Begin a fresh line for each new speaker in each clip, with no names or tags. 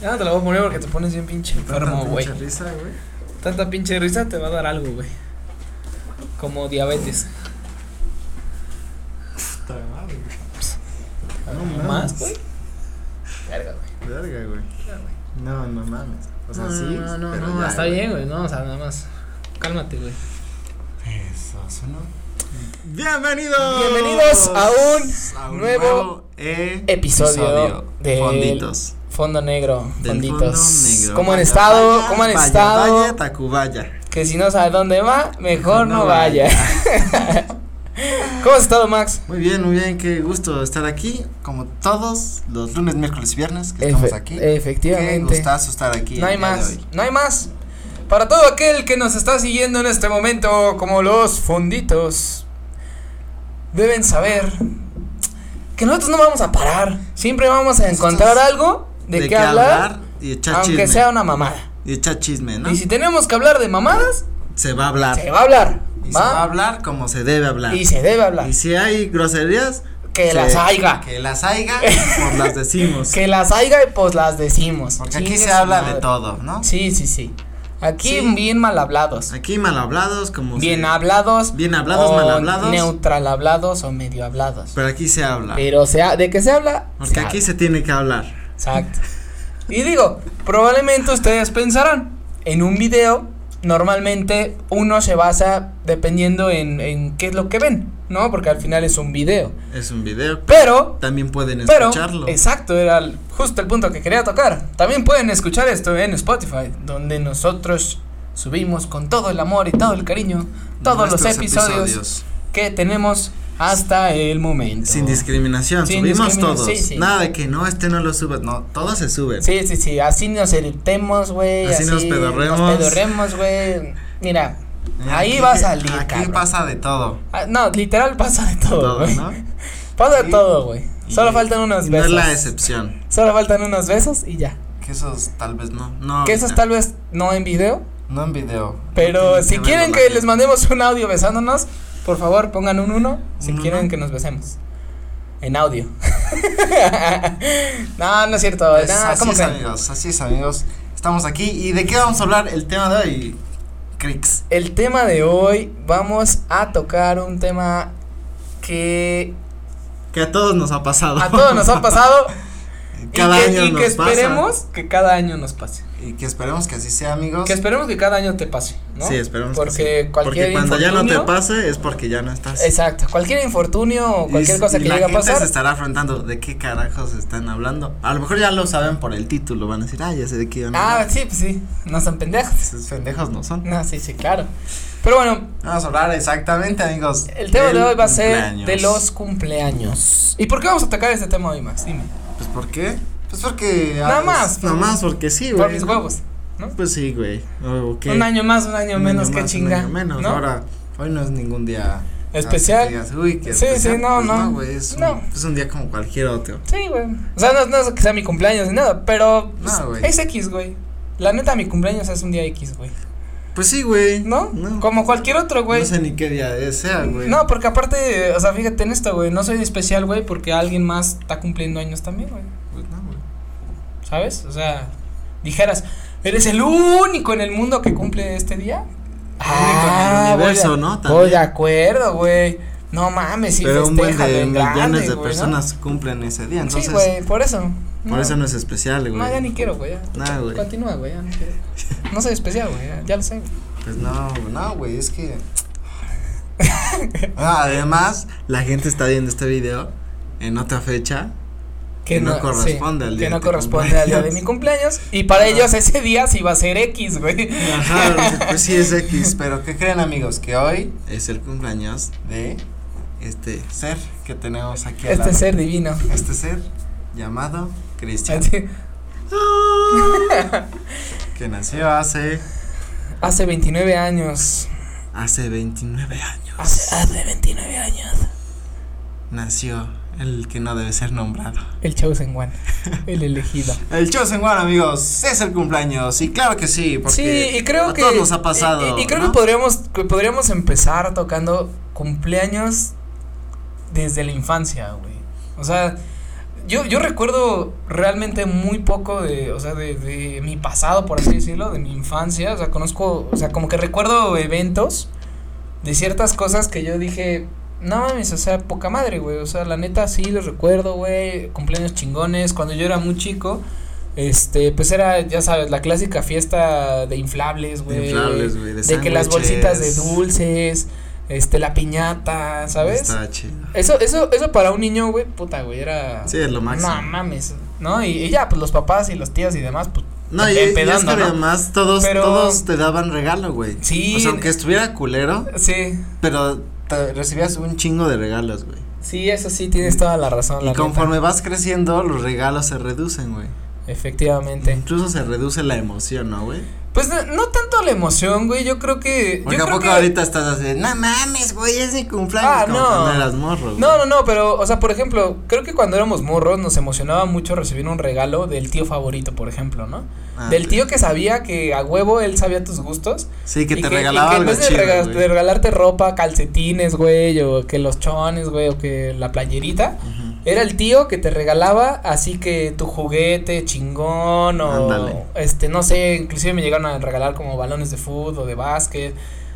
Ya no te la voy a poner porque te pones bien pinche enfermo, güey.
pinche risa, güey.
Tanta pinche risa te va a dar algo, güey. Como diabetes.
Puta madre, güey.
No
No
más,
mames.
güey. Verga, güey.
Verga, güey.
Ya, güey.
No, no mames. O sea,
no,
sí.
No, no,
pero
no,
ya,
está bien, güey. No, o sea, nada más. Cálmate, güey.
Eso, eso no. Bienvenidos.
Bienvenidos a un
A
nuevo
eh,
episodio del-
Fonditos.
Fondo negro,
Del
fonditos.
fondo negro.
¿Cómo han
Vaya,
estado?
vaya,
¿Cómo han
vaya,
estado?
Vaya, Tacubaya.
Que si no sabe dónde va, mejor no,
No
vaya. ¿Cómo has estado, Max?
Muy bien, muy bien. Qué gusto estar aquí. Como todos los lunes, miércoles y viernes que estamos
Efe-
aquí. Qué
Efectivamente.
gustazo estar aquí.
No hay
el día de
más,
hoy.
no hay más. Para todo aquel que nos está siguiendo en este momento, como los fonditos, deben saber que nosotros no vamos a parar. Siempre vamos a
Nosotros
encontrar algo de, qué, hablar,
y echar
aunque
chisme.
sea una mamada.
Y echar chisme, ¿no?
Y si tenemos que hablar de mamadas,
Se va a hablar.
se va a hablar.
Y se
¿va?
va a hablar como se debe hablar.
Y se debe hablar.
Y si hay groserías,
Que
se-
las haiga.
Que las haiga, pues las decimos.
Que las haya y pues las decimos.
Porque aquí
Chingue
se
su
habla
madre.
de todo, ¿no?
Sí, sí, sí. Aquí
Sí.
bien mal hablados.
Aquí mal hablados, como
Bien
se-
hablados.
Bien hablados,
o
mal hablados.
Neutral hablados o medio hablados.
Pero aquí se habla.
Pero se ha- de qué se habla.
Porque
Se
aquí
habla.
se tiene que hablar.
Exacto. Y digo, probablemente ustedes pensarán, en un video, normalmente uno se basa dependiendo en, en qué es lo que ven, ¿no? Porque al final es un video.
Es un video.
Pero,
También pueden
pero,
escucharlo.
exacto, era el- justo el punto que quería tocar. También pueden escuchar esto en Spotify, donde nosotros subimos con todo el amor y todo el cariño todos los
Nuestros
episodios, que tenemos hasta el momento.
Sin discriminación,
Sin
subimos
discriminación,
todos.
sí, sí.
Nada de que no, este no lo subas. No, todos se suben.
Sí, sí, sí, así nos eritemos, güey.
Así nos pedorremos.
Nos pedorremos, güey. Mira,
Eh,
ahí
aquí-
va a salir,
Aquí
cabrón.
pasa de todo.
Ah, No, literal pasa de todo,
Todo,
güey.
¿no?
Pasa de
Sí.
todo, güey. Solo
Y-
faltan unos
y No es
besos.
la excepción.
Solo faltan unos besos y ya.
Que esos tal vez no. No,
que esos
ahorita.
tal vez no en video,
No en video.
pero
Tienen
si
verlo
quieren
la
que
gente.
les mandemos un audio besándonos, por favor pongan un uno si
Un
quieren
uno.
que nos besemos. En audio. no, no es cierto.
Pues,
no,
así
ah, ¿cómo
es,
creen?
amigos. Así es, amigos. Estamos aquí. ¿Y de qué vamos a hablar el tema de hoy? Crix.
El tema de hoy vamos a tocar un tema que
Que a todos nos ha pasado.
a todos nos ha pasado y
Cada
que,
año
y
nos
que
pasa.
esperemos que cada año nos pase.
Y que esperemos que así sea, amigos.
Que esperemos que cada año te pase, ¿no?
Sí, esperemos que
Porque
sí.
cualquier
Porque cuando ya no te
infortunio-
pase es porque ya no estás.
Exacto, cualquier infortunio o
Y
cualquier
s-
cosa
y
que
la
llegue a
gente
pasar.
se estará afrontando de qué carajos están hablando. A lo mejor ya lo saben por el título, van a decir, ah, ya sé de qué van a
Ah,
hablar".
sí, pues sí, no son pendejos.
Esos pendejos no son.
No, sí, sí, claro. Pero bueno,
Vamos a hablar exactamente, amigos.
el tema de
del
hoy va a ser
cumpleaños.
de los cumpleaños. ¿Y por qué vamos a tocar este tema hoy, Max? Dime.
Pues ¿por qué? Pues porque
Nada
ah, pues,
más,
Nada
por-
más porque sí, güey.
Por mis huevos.
Pues sí, güey. O qué,
Un año más, un año
un
menos,
año
qué
más,
chinga.
Un año menos.
¿no?
Ahora, hoy no es ningún día
Ah, Especial.
así que digas, Uy, qué
Sí, sí,
especial.
no,
Pues
no.
güey, es, un-
No.
es un día como cualquier otro.
Sí, güey. O sea, no, no es que sea mi cumpleaños ni nada, pero pues,
No, güey.
es X, güey. La neta, mi cumpleaños es un día X, güey.
Pues sí, güey.
¿No? Como cualquier otro, güey.
No sé ni qué día es, sea, güey.
No, porque aparte, o sea, fíjate en esto, güey. No soy especial, güey, porque alguien más está cumpliendo años también, güey.
Pues no, güey.
¿Sabes? O sea, dijeras, eres el único en el mundo que cumple este día. Ah,
en Ah, el universo,
voy de-
¿no?
Voy de
También.
acuerdo, güey. No mames, sí,
Pero un buen
festéjalo
de
en
millones
grande,
de
güey, ¿no?
personas cumplen ese día. Entonces,
sí, güey, por eso.
por eso no es especial, güey.
No, ya ni quiero, güey. ya.
Nah, güey.
Continúa, güey. ya no quiero. No soy especial, güey. ya- Ya lo sé.
Pues no, no, güey, es que. Ah, Además, la gente está viendo este video en otra fecha. Que no corresponde al
Que
día de
no
tu Ah.
corresponde al día de mi cumpleaños. Y para ellos ese día sí va a ser X, güey.
Ajá, pues sí es X. Pero ¿qué creen, amigos? Que hoy es el cumpleaños de este ser que tenemos aquí al
Este
lado.
ser divino.
Este ser llamado Cristian.
Así,
que nació hace.
Hace 29 años.
hace 29 años.
Hace, hace 29 años.
Nació el que no debe ser nombrado.
El Chosen One. El elegido.
El Chosen One, amigos, es el cumpleaños. Y claro que sí, porque
sí, y creo
a
que.
todos nos ha pasado.
Y, y creo
¿no?
que podríamos, que podríamos empezar tocando cumpleaños desde la infancia, güey. O sea, yo, yo recuerdo realmente muy poco de, o sea, de, de mi pasado, por así decirlo, de mi infancia. O sea, conozco, o sea, como que recuerdo eventos de ciertas cosas que yo dije, no mames, o sea, poca madre, güey. O sea, la neta sí los recuerdo, güey. Cumpleaños chingones. Cuando yo era muy chico, este, pues era, ya sabes, la clásica fiesta de inflables, güey.
De inflables, güey, de
De, que las
sándwiches.
bolsitas de dulces, este, la piñata, ¿sabes?
Está chido.
Eso, eso, eso para un niño, güey, puta, güey, era.
Sí, es lo máximo.
No mames, ¿no? Y, y ya, pues los papás y los tías y demás, pues.
No, y, y es
empedando,
que
¿no?
además todos,
Pero-
todos te daban regalo, güey.
Sí.
O sea, aunque estuviera culero,
Sí,
pero te recibías un chingo de regalos, güey.
sí, eso sí, tienes toda la razón. la
Y
neta.
conforme vas creciendo, los regalos se reducen, güey.
Efectivamente.
Incluso se reduce la emoción, ¿no, güey?
Pues no, no tanto la emoción, güey, yo creo que.
Porque
yo
a
creo
poco
que-
ahorita estás así, no mames, güey, es mi cumpleaños.
Ah,
como
no.
cuando eras morro, güey.
No, no, no, pero, o sea, por ejemplo, creo que cuando éramos morros nos emocionaba mucho recibir un regalo del tío favorito, por ejemplo, ¿no?
Ah,
del tío que sabía que a huevo él sabía tus gustos.
Sí, que
y
te
y
regalaba
que en
algo
vez de,
chido,
rega-
güey.
de regalarte ropa, calcetines, güey, o que los chones, güey, o que la playerita,
Ujú.
era el tío que te regalaba así que tu juguete chingón o
Ándale.
este no sé, inclusive me llegaron a regalar como balones de fútbol, de básquet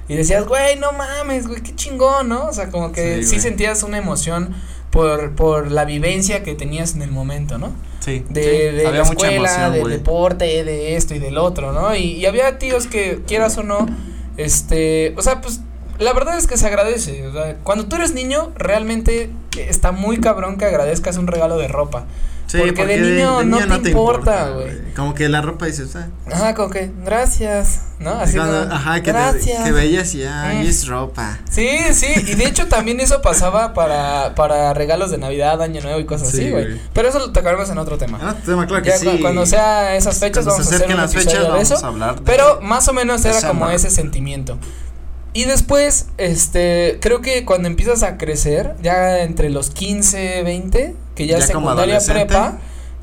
y decías, "Güey, no mames, güey, qué chingón", ¿no? O sea, como que
Sí,
sí,
güey.
sentías una emoción por por la vivencia que tenías en el momento, ¿no?
Sí,
De,
sí,
de la
había mucha
escuela, del
emoción, güey.
deporte, de esto y del otro, ¿no? Y, y había tíos que quieras o no, este, o sea, pues la verdad es que se agradece. o sea, cuando tú eres niño, realmente está muy cabrón que agradezcas un regalo de ropa.
Sí,
porque de niño no te importa,
Como que la ropa dices, ah.
Ajá, como que, gracias, ¿no? Así
cuando-
como,
ajá, que, te,
gracias.
que veías y ay,
Mm.
es ropa.
Sí, sí, y de hecho también eso pasaba para, para regalos de Navidad, Año Nuevo y cosas
Sí,
así, güey.
güey.
Pero eso lo tocaremos en otro tema.
Ah, tema, claro que
ya
sí.
cu- cuando sea esas fechas
Cuando
vamos
se
a hacer
acerquen
un
las
episodio
fechas,
de
vamos
eso.
a hablar de
Pero más o menos era
Esa
como
madre.
ese sentimiento. Y después, este, creo que cuando empiezas a crecer, ya entre los 15, 20, que ya,
Ya
es
como
secundaria
adolescente.
prepa,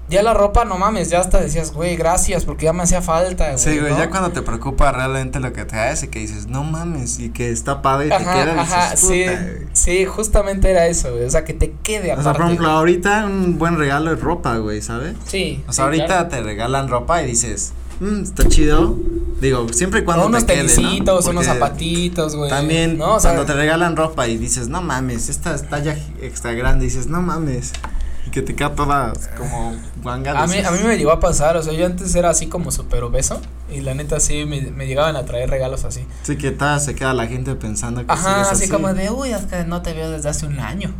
ya la ropa, no mames, ya hasta decías, güey, gracias, porque ya me hacía falta, güey.
Sí, güey,
¿no?
ya cuando te preocupa realmente lo que te hace y que dices, no mames, y que está padre y te
Ajá,
queda,
ajá,
dices,
sí,
puta, güey.
sí, justamente era eso, güey, o sea, que te quede
O sea,
aparte.
por ejemplo,
güey.
ahorita un buen regalo es ropa, güey, ¿sabes?
sí.
O
sí,
sea, ahorita
claro.
te regalan ropa y dices, mmm, está chido. Digo, siempre y cuando
unos
te quede, ¿no?
tenisitos, unos
Porque
zapatitos, güey.
También
¿no? O sea,
cuando te regalan ropa y dices, no mames, esta es talla extra grande, dices, no mames. Y que te capa como guanga.
A mí,
dices,
a mí me llegó a pasar, o sea, yo antes era así como súper obeso y la neta sí me, me llegaban a traer regalos así.
Sí, que tal, se queda la gente pensando que
Ajá,
sigues
así,
así.
como de, uy, es que no te veo desde hace un año.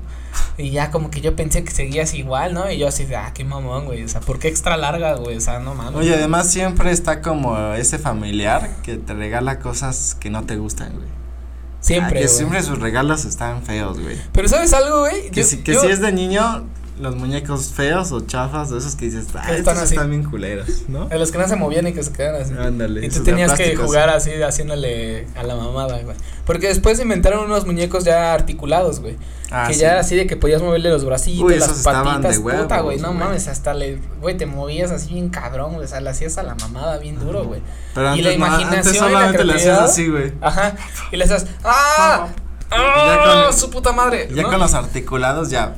Y ya como que yo pensé que seguías igual, ¿no? Y yo así de, ah, qué mamón, güey, o sea, ¿por qué extra larga, güey? O sea, no mames.
Oye, además siempre está como ese familiar que te regala cosas que no te gustan, güey. Ah,
siempre,
que
güey.
siempre sus regalos están feos, güey.
Pero ¿sabes algo, güey?
Que,
Yo-
si, que
yo-
si es de niño, los muñecos feos o chafas, de esos que dices, ah,
Que están
estos
así.
están bien culeros, ¿no?
de los que no se movían y que se quedan así.
Ándale.
Y tú
esos de
tenías que
plásticos.
jugar así, haciéndole a la mamada, güey. Porque después inventaron unos muñecos ya articulados, güey.
Ah,
que
sí.
ya era así de que podías moverle los bracitos,
Uy,
las
esos estaban
patitas,
de huevos,
puta, güey, no
güey.
mames, hasta le, güey, te movías así bien cabrón, güey, o sea, le hacías a la mamada bien duro, güey.
Pero
Y la
antes, no, antes
imaginación y la
solamente le hacías
creatividad.
así, güey.
Ajá, y le hacías, ¡ah!
Ya
¡Ah!
con-
su puta madre.
Ya
¿no?
con los articulados ya.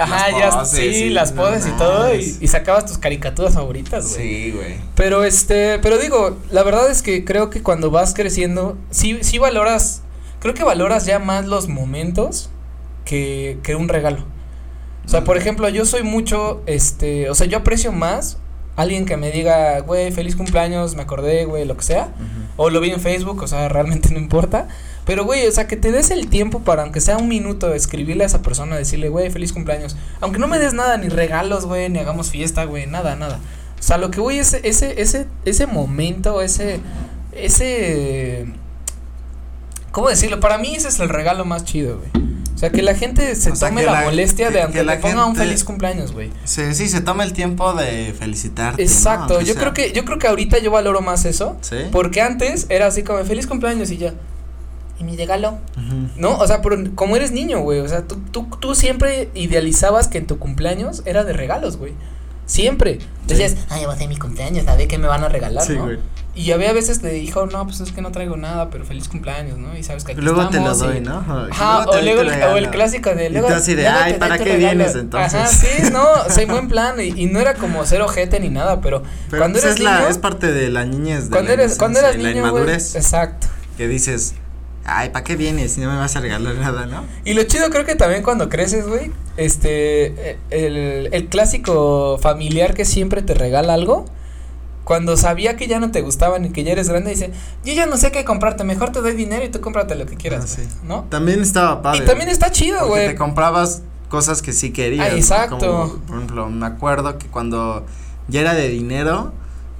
Ajá,
las
ya,
poses
sí,
y-
las poses y
no
todo, y,
mames.
y sacabas tus caricaturas favoritas, Pues, güey.
Sí, güey.
Pero este, pero digo, la verdad es que creo que cuando vas creciendo, sí, sí valoras, creo que valoras ya más los momentos que, que un regalo. O sea, por ejemplo, yo soy mucho, este, o sea, yo aprecio más a alguien que me diga, güey, feliz cumpleaños, me acordé, güey, lo que sea.
Ujú.
O lo vi en Facebook, o sea, realmente no importa. Pero, güey, o sea, que te des el tiempo para, aunque sea un minuto, escribirle a esa persona, decirle, güey, feliz cumpleaños. Aunque no me des nada, ni regalos, güey, ni hagamos fiesta, güey, nada, nada. O sea, lo que voy es ese, ese, ese momento, ese, ese... ¿Cómo decirlo? Para mí ese es el regalo más chido, güey. O sea, que la gente se
O sea,
tome
que
la,
la-
molestia
que-
de,
que
aunque
la
le ponga un
gente-
feliz cumpleaños, güey.
Sí, sí, se toma el tiempo de felicitarte. ¿no?
Exacto,
Aunque
yo
sea.
creo que, yo creo que ahorita yo valoro más eso.
¿Sí?
Porque antes era así como feliz cumpleaños y ya. Y mi regalo.
Ujú.
No, o sea, pero como eres niño, güey. O sea, tú, tú, tú siempre idealizabas que en tu cumpleaños era de regalos, güey. Siempre. Decías, ay, va a ser mi cumpleaños, a ver qué me van a regalar,
Sí,
¿no?
güey.
Y había veces le dijo, no, pues es que no traigo nada, pero feliz cumpleaños, ¿no? Y sabes que aquí
Luego te lo
estamos
doy,
y-
¿no? Ajá,
Ajá, o,
te-
luego
te
el,
regalo.
o el clásico de
Y
luego.
tú así de,
luego
"Ay,
te
¿para
doy tu
qué
regalo".
vienes entonces?
Ajá, sí, no, soy buen plan. Y, y no era como ser ojete ni nada, pero,
Pero
cuando
pues
eres
es, la-
niño.
es parte de la niñez. de
cuando
la
eres, cuando eras
inocencia y
niño.
La
güey,
inmadurez.
exacto.
Que dices, ay, ¿para qué vienes si no me vas a regalar nada, no?
Y lo chido creo que también cuando creces, güey, este, eh, el, el clásico familiar que siempre te regala algo, cuando sabía que ya no te gustaban y que ya eres grande, dice, yo ya no sé qué comprarte, mejor te doy dinero y tú cómprate lo que quieras,
Ah, sí.
güey", ¿no?
También estaba padre.
y también está chido,
porque
güey.
te comprabas cosas que sí querías.
Ah,
¿no?
exacto.
Como, por ejemplo, me acuerdo que cuando ya era de dinero,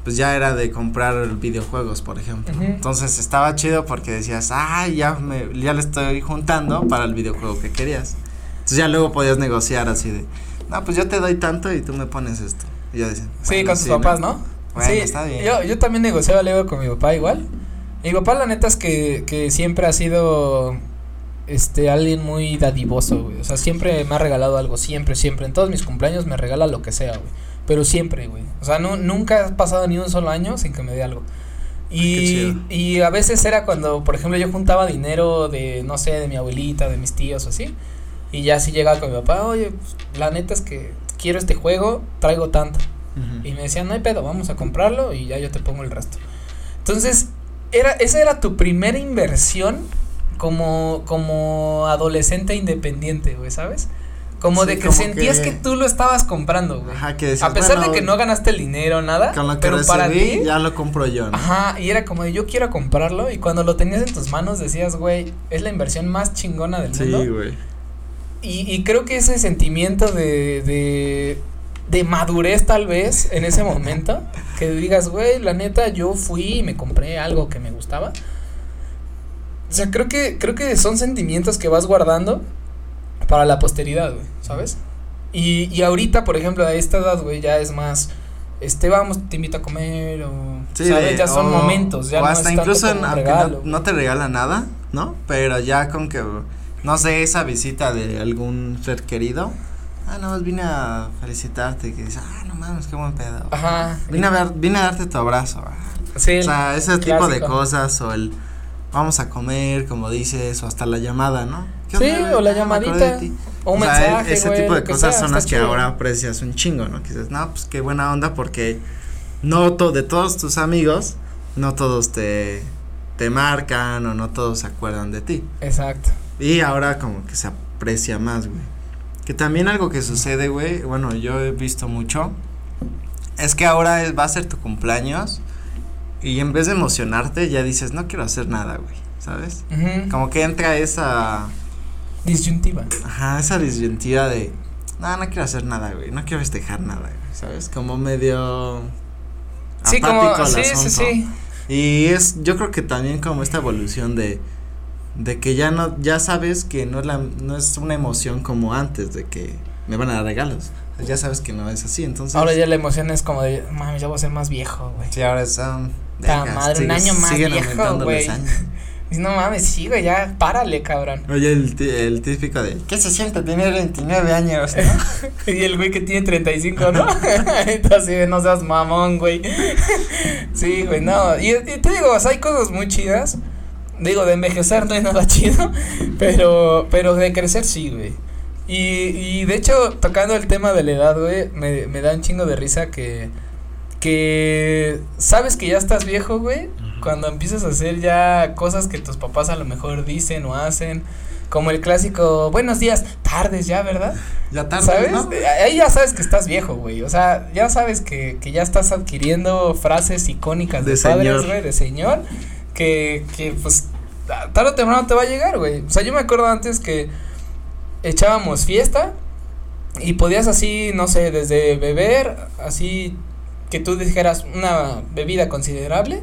pues ya era de comprar videojuegos, por ejemplo.
Ujú.
Entonces estaba chido porque decías, ay, ya, me, ya le estoy juntando para el videojuego que querías. Entonces ya luego podías negociar así de, no, pues yo te doy tanto y tú me pones esto. Y yo decía,
Sí,
"Bueno,
con tus papás, ¿no?
Bueno,
sí,
está bien.
Yo, yo también negociaba luego con mi papá igual. Mi papá, la neta, es que, que siempre ha sido este alguien muy dadivoso, güey. O sea, siempre me ha regalado algo, siempre, siempre. En todos mis cumpleaños me regala lo que sea, güey. Pero siempre, güey. O sea, no, nunca ha pasado ni un solo año sin que me dé algo. Y,
chido.
y a veces era cuando, por ejemplo, yo juntaba dinero de, no sé, de mi abuelita, de mis tíos o así. Y ya si llegaba con mi papá, oye, pues, la neta es que quiero este juego, traigo tanto.
Ujú.
Y me decían, no hay pedo, vamos a comprarlo y ya yo te pongo el resto. Entonces, era, esa era tu primera inversión como, como adolescente independiente, güey, ¿sabes? Como
Sí,
de que
como
sentías que...
que-
tú lo estabas comprando, güey.
Ajá, que decías,
a pesar
"Bueno,
de que no ganaste el dinero, nada,
Con lo que
pero para ti...
recibí, ya lo compro yo, ¿no?
Ajá, y era como de yo quiero comprarlo y cuando lo tenías en tus manos decías, güey, es la inversión más chingona del mundo.
güey.
Y, y creo que ese sentimiento de, de, de madurez tal vez en ese momento, que digas, güey, la neta, yo fui y me compré algo que me gustaba. O sea, creo que, creo que son sentimientos que vas guardando para la posteridad, güey, ¿sabes? Y, y ahorita, por ejemplo, a esta edad, güey, ya es más, este, vamos, te invito a comer o,
Sí,
¿sabes?
de-
Ya son
o-
momentos, ya
o
no es
hasta
tanto
incluso
como un
aunque
regalo,
no, no te regala nada, ¿no? Pero ya con que, no sé, esa visita de algún ser querido. Ah, no, vine a felicitarte, que dices, ah, no mames, qué buen pedo.
Ajá.
Vine a, ver, vine a darte tu abrazo. ah.
Sí.
O sea, ese tipo de
clásico.
cosas, o el vamos a comer, como dices, o hasta la llamada, ¿no? ¿Qué
Sí,
onda,
o la
Ah, me acordé de
llamadita,
ti.
o un
O sea, e-
mensaje,
ese
güey,
tipo de
lo que
cosas
sea,
son
está
las que
chido.
ahora aprecias un chingo, ¿no? Que dices, no, pues qué buena onda porque no to- de todos tus amigos, no todos te, te marcan o no todos se acuerdan de ti.
Exacto.
Y ahora como que se aprecia más, güey. Que también algo que sucede, güey, bueno, yo he visto mucho, es que ahora es- va a ser tu cumpleaños y en vez de emocionarte ya dices, no quiero hacer nada, güey, ¿sabes?
Ujú.
Como que entra esa...
Disyuntiva.
Ajá, esa disyuntiva de, no, no quiero hacer nada, güey, no quiero festejar nada, güey, ¿sabes? Como medio...
Sí, como,
apático
sí,
al
sí,
asunto.
sí.
Y es, yo creo que también como esta evolución de, de que ya no, ya sabes que no es la, no es una emoción como antes de que me van a dar regalos. O sea, Ya sabes que no es así, entonces.
Ahora ya la emoción es como de, mami, ya voy a ser más viejo, güey.
Sí, ahora es, um,
Ta madre, un año más
siguen
viejo,
aumentando los
güey.
años.
Y No mames, sí, güey, ya, párale, cabrón.
Oye, el, ti- el típico de, ¿qué se siente tener 29 años? no?"
Y el güey que tiene 35, ¿no? Entonces, de, no seas mamón, güey. Sí, güey, no. Y, y te digo, o sea, hay cosas muy chidas. Digo, de envejecer no es nada chido, pero, pero de crecer sí, güey. Y, y de hecho, tocando el tema de la edad, güey, me, me da un chingo de risa que, que sabes que ya estás viejo, güey, cuando empiezas a hacer ya cosas que tus papás a lo mejor dicen o hacen, como el clásico, buenos días, tardes ya, ¿verdad?
Ya tarde,
¿Sabes?
¿no?
Eh, Ahí ya sabes que estás viejo, güey. O sea, ya sabes que, que ya estás adquiriendo frases icónicas de,
De
padres,
señor.
güey, de señor. Que, que pues a- tarde o temprano te va a llegar, güey. O sea, yo me acuerdo antes que echábamos fiesta y podías así, no sé, desde beber, así que tú dijeras una bebida considerable
Ujú.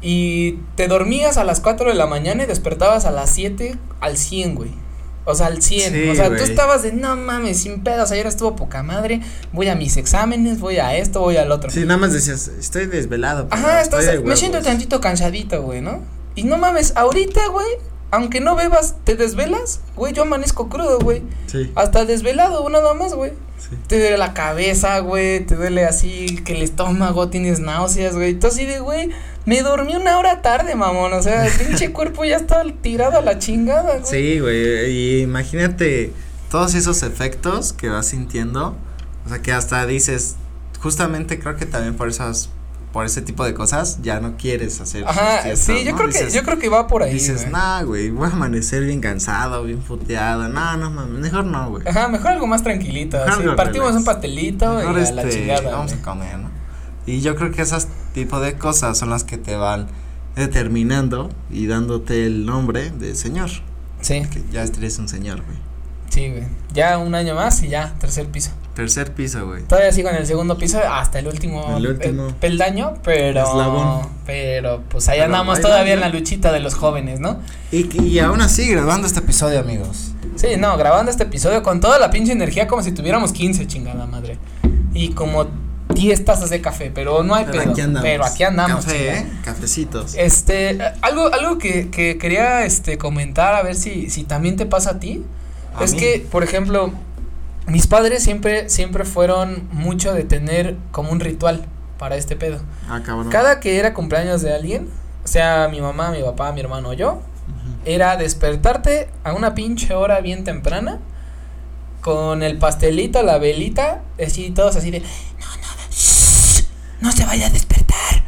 y te dormías a las 4 de la mañana y despertabas a las 7 al 100, güey. O sea, al 100.
Sí,
o sea, tú
güey.
estabas de no mames, sin pedos. Ayer estuvo poca madre. Voy a mis exámenes, voy a esto, voy al otro.
Sí, nada más decías, estoy desvelado. pero
Ajá,
estoy
estás.
de
Me siento
huevos".
tantito cansadito, güey, ¿no? Y no mames, ahorita, güey, aunque no bebas, te desvelas, güey, yo amanezco crudo, güey.
Sí.
Hasta desvelado, nada más, güey.
Sí.
Te duele la cabeza, güey, te duele así que el estómago, tienes náuseas, güey. Tú así de, güey, me dormí una hora tarde, mamón. O sea, el pinche cuerpo ya está tirado a la chingada, güey.
Sí, güey, y imagínate todos esos efectos que vas sintiendo, o sea, que hasta dices, justamente creo que también por esas, por ese tipo de cosas, ya no quieres hacer.
Ajá,
esas fiestas,
sí, yo
¿no?
creo que,
Dices-
yo creo que va por ahí,
Dices,
güey.
nah, güey, voy a amanecer bien cansado, bien puteado, no, no mames, mejor no, güey.
Ajá, mejor algo más tranquilito,
Mejor
así,
algo
partimos
relax.
un pastelito
Mejor,
y a la
este,
chingada.
vamos
güey.
a comer, ¿no? Y yo creo que esas tipo de cosas son las que te van determinando y dándote el nombre de señor,
Sí,
que ya eres un señor, güey.
sí, güey. Ya un año más y ya, tercer piso.
Tercer piso, güey.
Todavía sigo en el segundo piso hasta el último,
El
pe-
último.
peldaño, pero.
Eslabón.
Pero pues ahí
Pero
andamos
ahí
todavía en
va,
la
¿no?
luchita de los jóvenes, ¿no?
Y, y aún así grabando este episodio, amigos.
Sí, no, grabando este episodio con toda la pinche energía como si tuviéramos 15, chingada madre. Y como 10 tazas de café, pero no hay
Pero
pedo.
aquí andamos.
Pero aquí andamos.
Café,
chingada.
¿eh? Cafecitos.
Este, eh, algo, algo que, que quería este, comentar, a ver si, si también te pasa a ti.
A
es
mí.
que, por ejemplo, mis padres siempre, siempre fueron mucho de tener como un ritual para este pedo.
Ah, cabrón.
Cada que era cumpleaños de alguien, o sea, mi mamá, mi papá, mi hermano o yo,
Ujú.
era despertarte a una pinche hora bien temprana con el pastelito, la velita, así todos así de no, no, shh, no se vaya a despertar.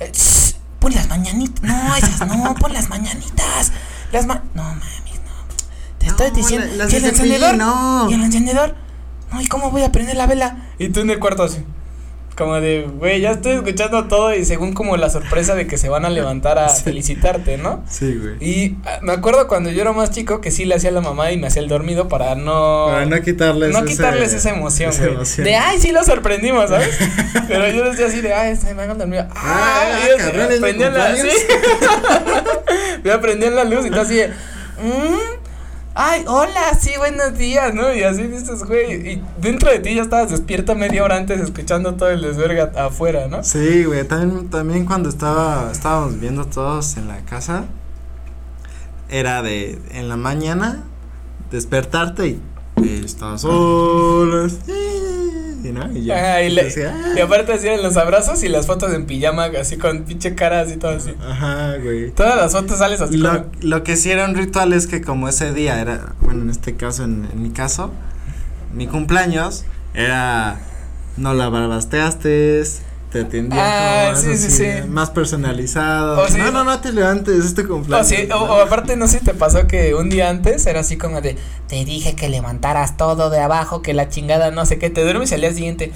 eh, shh, pon las mañanitas, no, esas no, pon las mañanitas. Las ma no mames, no. Te estoy
No,
diciendo
la- las
que
de
el
cepillín,
encendedor
no.
y el encendedor. No, ¿y cómo voy a prender la vela? Y tú en el cuarto así. Como de, güey, ya estoy escuchando todo y según como la sorpresa de que se van a levantar a
Sí.
felicitarte, ¿no?
Sí, güey.
Y ah, me acuerdo cuando yo era más chico que sí le hacía la mamá y me hacía el dormido para no.
Para no quitarles
no
ese-
quitarles esa emoción,
esa
güey.
emoción.
De ay, sí lo sorprendimos, ¿sabes? Pero yo decía así de ay, se me hagan dormido.
Ah,
Ah,
ah, cabrón, ¿es mi
prendían la. Sí.
cumpleaños?
yo prendía la luz y tú así de. "Mm, Ay, hola, sí, buenos días, ¿no? Y así dices, güey. Y dentro de ti ya estabas despierto media hora antes escuchando todo el desverga afuera, ¿no?
Sí, güey, también, también cuando estaba, estábamos viendo todos en la casa, era de, en la mañana, despertarte y estabas solas, y, ¿no? y ya,
Ajá, y, le-
decía, "Ah".
y aparte hacían los abrazos y las fotos en pijama, así con pinche cara así todo así.
Ajá, güey.
Todas las fotos sales así
Lo,
como-
lo que sí era un ritual es que como ese día era, bueno, en este caso, en, en mi caso, mi cumpleaños era, no la barbasteaste, te atendían
Ah,
más,
sí, sí,
así,
sí.
más personalizado.
O sí.
no, no, no te levantes, es tu
O,
cumpleaños.
sí, oh, o- o aparte, no sé si te pasó que un día antes era así como de: Te dije que levantaras todo de abajo, que la chingada no sé qué, te duermes y al día siguiente.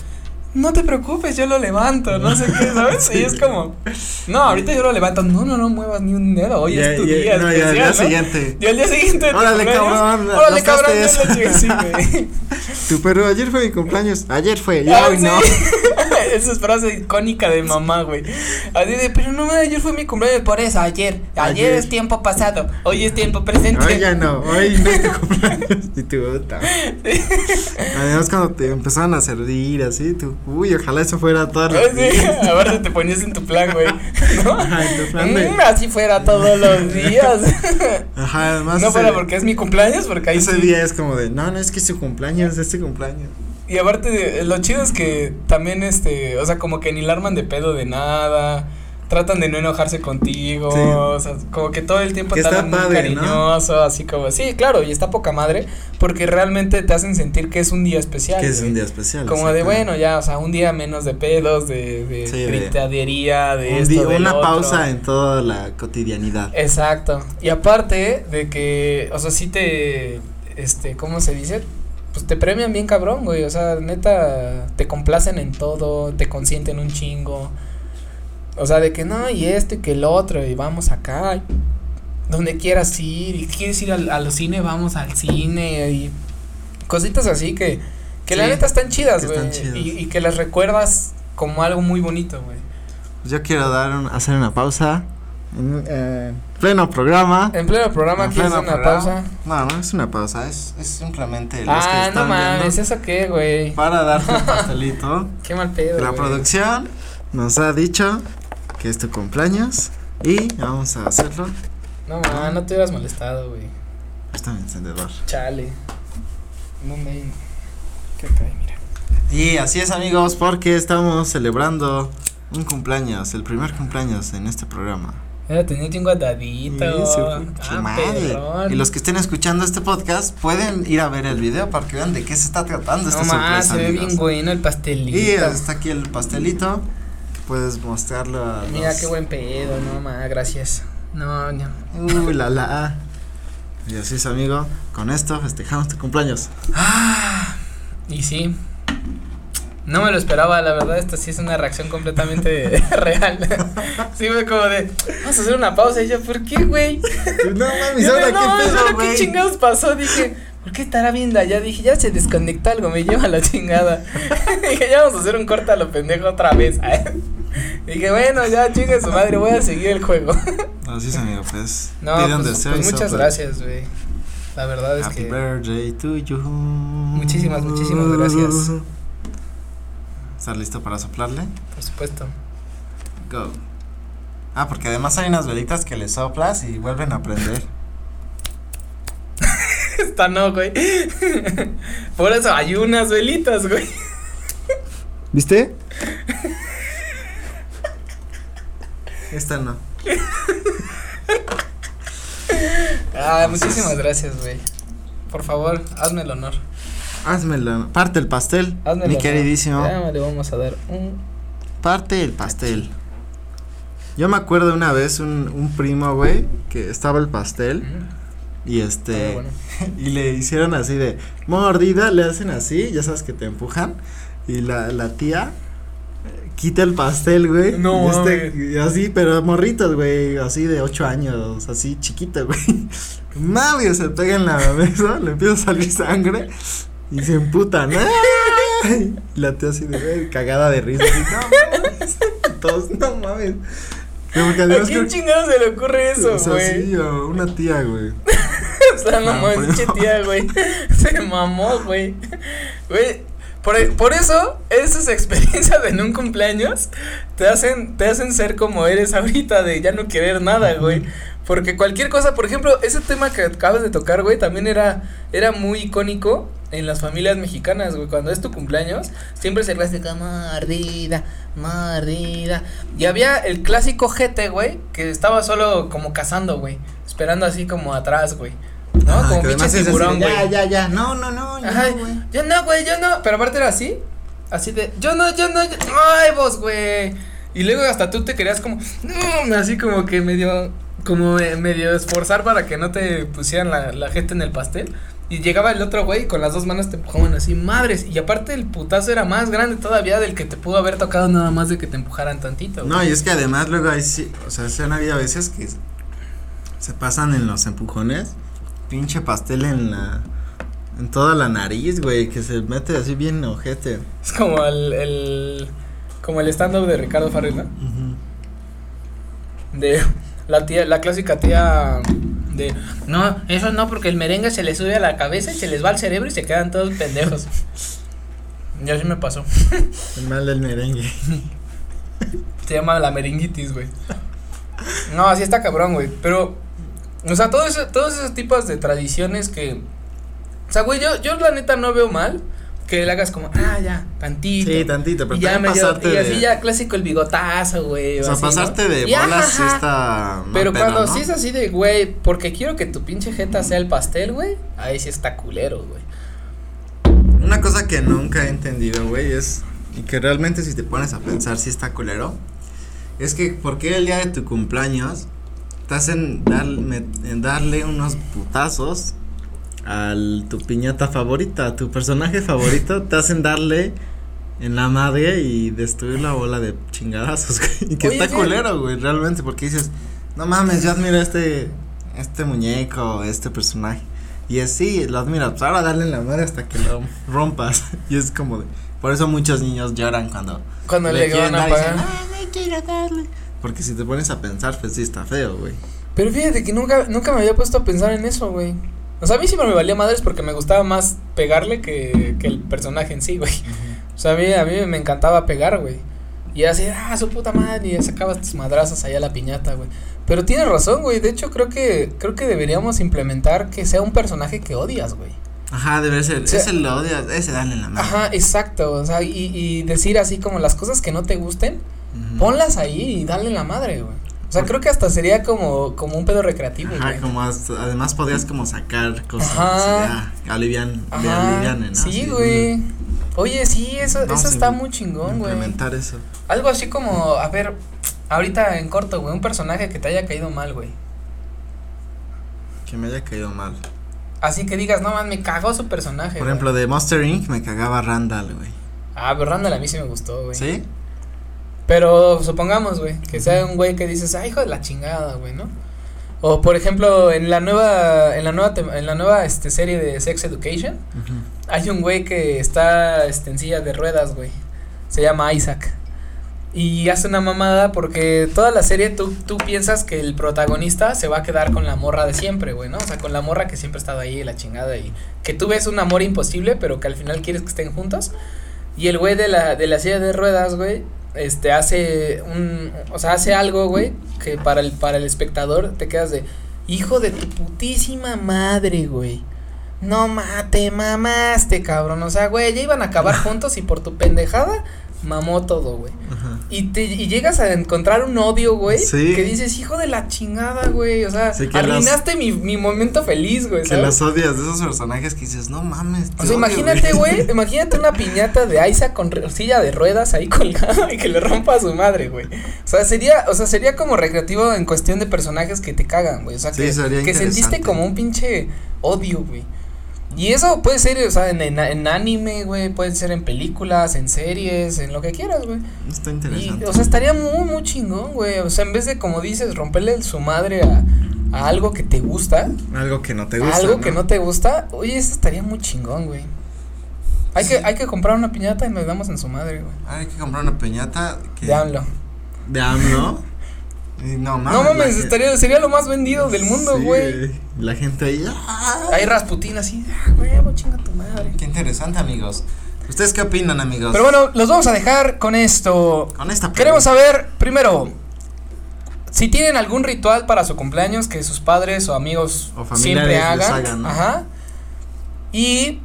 No te preocupes, yo lo levanto, no sé qué, ¿sabes?
Sí.
Y es como, no, ahorita yo lo levanto, no, no, no muevas ni un dedo, hoy
Y-
es tu
y-
día.
no, y
especial,
al día
¿no?
siguiente.
Y al día siguiente. de tu
Órale,
cumpleaños,
cabrón,
Órale,
nos
cabrón,
haces.
ya lo chingué, sí, güey.
Tú, pero ayer fue mi cumpleaños, ayer fue,
Ah,
ya hoy
sí.
no.
Esa es frase icónica de mamá, güey. Así de, pero no, ayer fue mi cumpleaños, por eso, ayer. Ayer,
Ayer.
es tiempo pasado, hoy es tiempo presente.
Hoy ya no, hoy no es tu cumpleaños. Y tú, puta. Además, cuando te empezaban a servir así, tú, uy, ojalá eso fuera todo.
Ah, sí, Aparte te ponías en tu plan, güey. ¿No?
Ajá, en tu plan de-
Mm, así fuera todos los días.
Ajá, además.
no
ese-
fuera porque es mi cumpleaños, porque ahí
Ese
sí.
día es como de, no, no, es que es su cumpleaños, es su cumpleaños.
Y aparte, de- lo chido es que también, este, o sea, como que ni la arman de pedo de nada. Tratan de no enojarse contigo,
Sí.
o sea, como que todo el tiempo
Que
te
está
hablan muy
padre, ¿no?
cariñoso, así como, sí, claro, y está poca madre, porque realmente te hacen sentir que es un día especial.
Que es
güey.
un día especial.
Como de,
exacto.
bueno, ya, o sea, un día menos de pedos, de, de
Sí, de-
gritadería, de
Un
esto,
día-
del
una
otro.
pausa en toda la cotidianidad.
Exacto. Y aparte de que, o sea, sí te, este, ¿cómo se dice? Pues te premian bien cabrón, güey. O sea, neta, te complacen en todo, te consienten un chingo. O sea, de que no, y esto y que el otro, y vamos acá. y Donde quieras ir, y quieres ir al, a los cine, vamos al cine, y cositas así que, que la
Sí,
neta están chidas,
que
güey.
están chidas.
Y, y que las recuerdas como algo muy bonito, güey.
Yo quiero dar un- hacer una pausa. En eh, pleno programa.
En pleno programa,
En
aquí es
pleno
una
programa.
pausa.
No, no es una pausa, es, es simplemente los que
Ah, no
están viendo
mames, ¿eso qué, güey?
para darte un pastelito.
Qué mal pedo.
La
güey.
producción nos ha dicho que es tu cumpleaños y vamos a hacerlo.
No mames, no te hubieras molestado, güey.
Está mi encendedor.
Chale. No me. ¿Qué trae? Mira.
Y así es amigos, porque estamos celebrando un cumpleaños, el primer cumpleaños en este programa.
Era tenía un guardadito.
Sí, su pinche
Ah,
madre.
perrón.
Y los que estén escuchando este podcast pueden ir a ver el video para que vean de qué se está tratando esta
No más,
sorpresa.
se ve
amigos.
bien bueno el pastelito.
y está aquí el pastelito. Puedes mostrarlo a
Mira
los-
qué buen pedo, no más, gracias. No, no.
Uy, la la. Y así es, amigo. Con esto festejamos tu cumpleaños.
Y sí. No me lo esperaba, la verdad, esta sí es una reacción completamente real. sí fue como de, vamos a hacer una pausa. Y yo, ¿por qué, güey?
No mames,
Yo
ahora
de,
qué
no,
pedo,
¿ahora
güey?"
¿qué chingados pasó? Dije, ¿por qué estará viendo allá? Dije, ya se desconectó algo, me lleva la chingada. Dije, ya vamos a hacer un corte a lo pendejo otra vez. ¿eh?". Dije, bueno, ya chingue su madre, voy a seguir el juego.
Así es, amigo, pues.
No,
pide un
pues,
deseo
pues
y
muchas
sopla.
gracias, güey. La verdad es
Happy
que
birthday to you.
Muchísimas, muchísimas gracias.
¿Estás listo para soplarle?
Por supuesto.
Go. Ah, porque además hay unas velitas que le soplas y vuelven a prender.
Esta no, güey. Por eso hay unas velitas, güey.
¿Viste? Esta no.
Ah,
Entonces-
muchísimas gracias, güey. Por favor, hazme el honor.
Házmela. Parte el pastel.
Hazme el
mi
honor.
queridísimo.
Ya le vamos a dar un.
Parte el pastel. Yo me acuerdo una vez un, un primo, güey, que estaba el pastel
Mm,
y
está
este.
bueno.
Y le hicieron así de mordida, le hacen así, ya sabes que te empujan. Y la, la tía eh, quita el pastel, güey.
No
y este- y así, pero morritos, güey, así de ocho años, así chiquita, güey. Mario se pega en la mesa, le empieza a salir sangre y se emputan. ¡ay! Y la tía así de güey, cagada de risa. así, no mames. Todos, no mames. Como que
¿A
además
quién
creo-
chingados se le ocurre eso,
o sea,
güey?
sí, o una tía, güey.
O sea, no
Ah,
mames,
primo.
pinche tía, güey. Se mamó, güey. Güey, por, e, por eso, esas experiencias en un cumpleaños te hacen, te hacen ser como eres ahorita, de ya no querer nada, güey. Porque cualquier cosa, por ejemplo, ese tema que acabas de tocar, güey, también era, era muy icónico en las familias mexicanas, güey. Cuando es tu cumpleaños, siempre es el clásico mordida, mordida. Y había el clásico jete, güey, que estaba solo como cazando, güey. Esperando así como atrás, güey. ¿No?
Ajá,
como
Ah, que
pinche
además es así de,
tiburón, güey.
Ya, ya, ya. No, no, no. ya,
Ajá,
güey.
yo no, güey, yo no. Pero aparte era así. Así de, yo no, yo no, yo- ay, vos, güey. Y luego hasta tú te querías como, "Mm", así como que medio, como eh, medio esforzar para que no te pusieran la, la gente en el pastel. Y llegaba el otro güey y con las dos manos te empujaban así, madres. Y aparte el putazo era más grande todavía del que te pudo haber tocado nada más de que te empujaran tantito. güey.
No, y es que además luego hay, sí- o sea, se han habido veces que s- se pasan en los empujones, pinche pastel en la, en toda la nariz, güey, que se mete así bien ojete.
Es como el, el como el stand-up de Ricardo Farrell, ¿no? De la tía, la clásica tía de no, eso no, porque el merengue se les sube a la cabeza y se les va al cerebro y se quedan todos pendejos. Ya así me pasó.
El mal del merengue.
Se llama la merenguitis, güey. No, así está cabrón, güey. Pero, o sea, todo eso- todos esos tipos de tradiciones que. O sea, güey, yo, yo la neta no veo mal que le hagas como, ah, ya, tantito.
Sí, tantito, pero
y ya
también
me
pasarte
y
de,
así ya clásico el bigotazo, güey.
o sea,
así, ¿no?
pasarte de
Y
bolas sí
ajá.
está mal
Pero
pedo,
cuando
¿no?
sí es así de, güey, porque quiero que tu pinche jeta sea el pastel, güey, ahí sí está culero, güey.
Una cosa que nunca he entendido, güey, es. Y que realmente si te pones a pensar si está culero. Es que, ¿por qué el día de tu cumpleaños te hacen dar- met- en darle unos putazos al tu piñata favorita, a tu personaje favorito? Te hacen darle en la madre y destruir la bola de chingadazos, güey. Y que
Oye,
está
sí.
culero, güey, realmente, porque dices, no mames, yo admiro a este, este muñeco, este personaje. Y así, lo admiras, pues ahora dale en la madre hasta que lo rompas. Y es como de, por eso muchos niños lloran cuando
Cuando le,
quieren
van a
dar y dicen,
pagar.
"Ah, no quiero darle". Porque si te pones a pensar, pues sí está feo, güey.
Pero fíjate que nunca, nunca me había puesto a pensar en eso, güey. O sea, a mí siempre me valía madres porque me gustaba más pegarle que, que el personaje en sí, güey. O sea, a mí, a mí me encantaba pegar, güey. Y así, ah, su puta madre, y sacabas tus madrazas allá a la piñata, güey. Pero tienes razón, güey. De hecho, creo que, creo que deberíamos implementar que sea un personaje que odias, güey.
Ajá, debe ser.
O sea,
ese lo odias, ese dale en la mano.
Ajá, exacto. O sea, y, y decir así como las cosas que no te gusten,
Ujú.
ponlas ahí y dale en la madre, güey. O sea, creo que hasta sería como, como un pedo recreativo,
Ajá,
güey.
como hasta- además podías como sacar cosas.
Ajá.
así, ah, alivian, de aliviane, ¿no?
Sí,
Así,
güey. Oye, sí, eso,
Vamos
eso
a
está
im-
muy chingón, güey.
Implementar eso.
Algo así como, a ver, ahorita en corto, güey, un personaje que te haya caído mal, güey.
Que me haya caído mal.
Así que digas, no man, me cagó su personaje.
Por
güey".
ejemplo, de Monster Inc. me cagaba Randall, güey.
Ah, pero Randall a mí sí me gustó, güey.
¿Sí?
Pero supongamos, güey, que sea un güey que dices, ay, hijo de la chingada, güey, ¿no? O por ejemplo, en la nueva, en la nueva, tem- en la nueva este, serie de Sex Education,
Ujú.
hay un güey que está este, en silla de ruedas, güey. Se llama Isaac. Y hace una mamada porque toda la serie tú, tú piensas que el protagonista se va a quedar con la morra de siempre, güey, ¿no? O sea, con la morra que siempre ha estado ahí, la chingada, y que tú ves un amor imposible, pero que al final quieres que estén juntos. Y el güey de la, de la silla de ruedas, güey, este, hace un, o sea, hace algo, güey, que para el, para el espectador te quedas de, hijo de tu putísima madre, güey. No mate, mamaste, cabrón. O sea, güey, ya iban a acabar juntos y por tu pendejada mamó todo, güey.
Ajá.
Y, te, y llegas a encontrar un odio, güey.
Sí.
Que dices, hijo de la chingada, güey. O sea,
Sí, que las-
arruinaste mi, mi momento feliz, güey.
Que
¿sabes?
los odias, de esos personajes que dices, no mames. te
O sea,
odio,
imagínate, güey, imagínate una piñata de Isaac con re- silla de ruedas ahí colgada y que le rompa a su madre, güey. O sea, sería, o sea, sería como recreativo en cuestión de personajes que te cagan, güey. O sea,
Sí,
que,
sería
que sentiste
interesante.
como un pinche odio, güey. Y eso puede ser, o sea, en, en- en anime, güey, puede ser en películas, en series, en lo que quieras, güey.
Está
Y,
interesante.
o sea, estaría muy, muy chingón, güey. O sea, en vez de, como dices, romperle su madre a, a algo que te gusta,
algo que no te gusta.
algo que no te gusta, oye, eso estaría muy chingón, güey. Hay, que, hay que comprar una piñata y nos damos en su madre, güey.
Hay que comprar una piñata. Que...
De AMLO.
De AMLO. Y no mames.
no mames,
la
estaría, sería lo más vendido del mundo,
Sí,
güey.
La gente ahí. ¡ah!
Hay Rasputín así, ah, huevo, chinga tu madre.
Qué interesante, amigos. ¿Ustedes qué opinan, amigos?
Pero bueno, los vamos a dejar con esto.
con esta
Queremos
pregunta.
saber, primero, si tienen algún ritual para su cumpleaños que sus padres o amigos
O familiares
siempre
les
hagan.
hagan, ¿no?
Ajá. Y.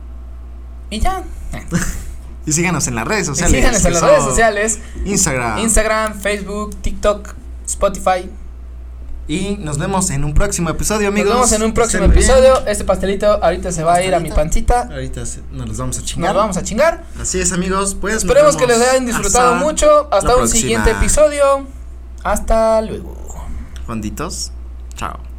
Y ya.
Y síganos en las redes sociales.
Síganos
que
en las
son
redes sociales.
Instagram.
Instagram, Facebook, TikTok, Spotify.
y nos vemos en un próximo episodio, amigos.
Nos vemos en un próximo
Estén bien.
episodio. Este pastelito ahorita se va a ir a mi
Pastelito.
pancita.
Ahorita se- nos los vamos a chingar.
Nos vamos a chingar.
Así es, amigos. Pues nos
Esperemos que
vemos
les hayan disfrutado
hasta
mucho. Hasta
la
un siguiente
próxima.
episodio. Hasta luego.
Fonditos. Chao.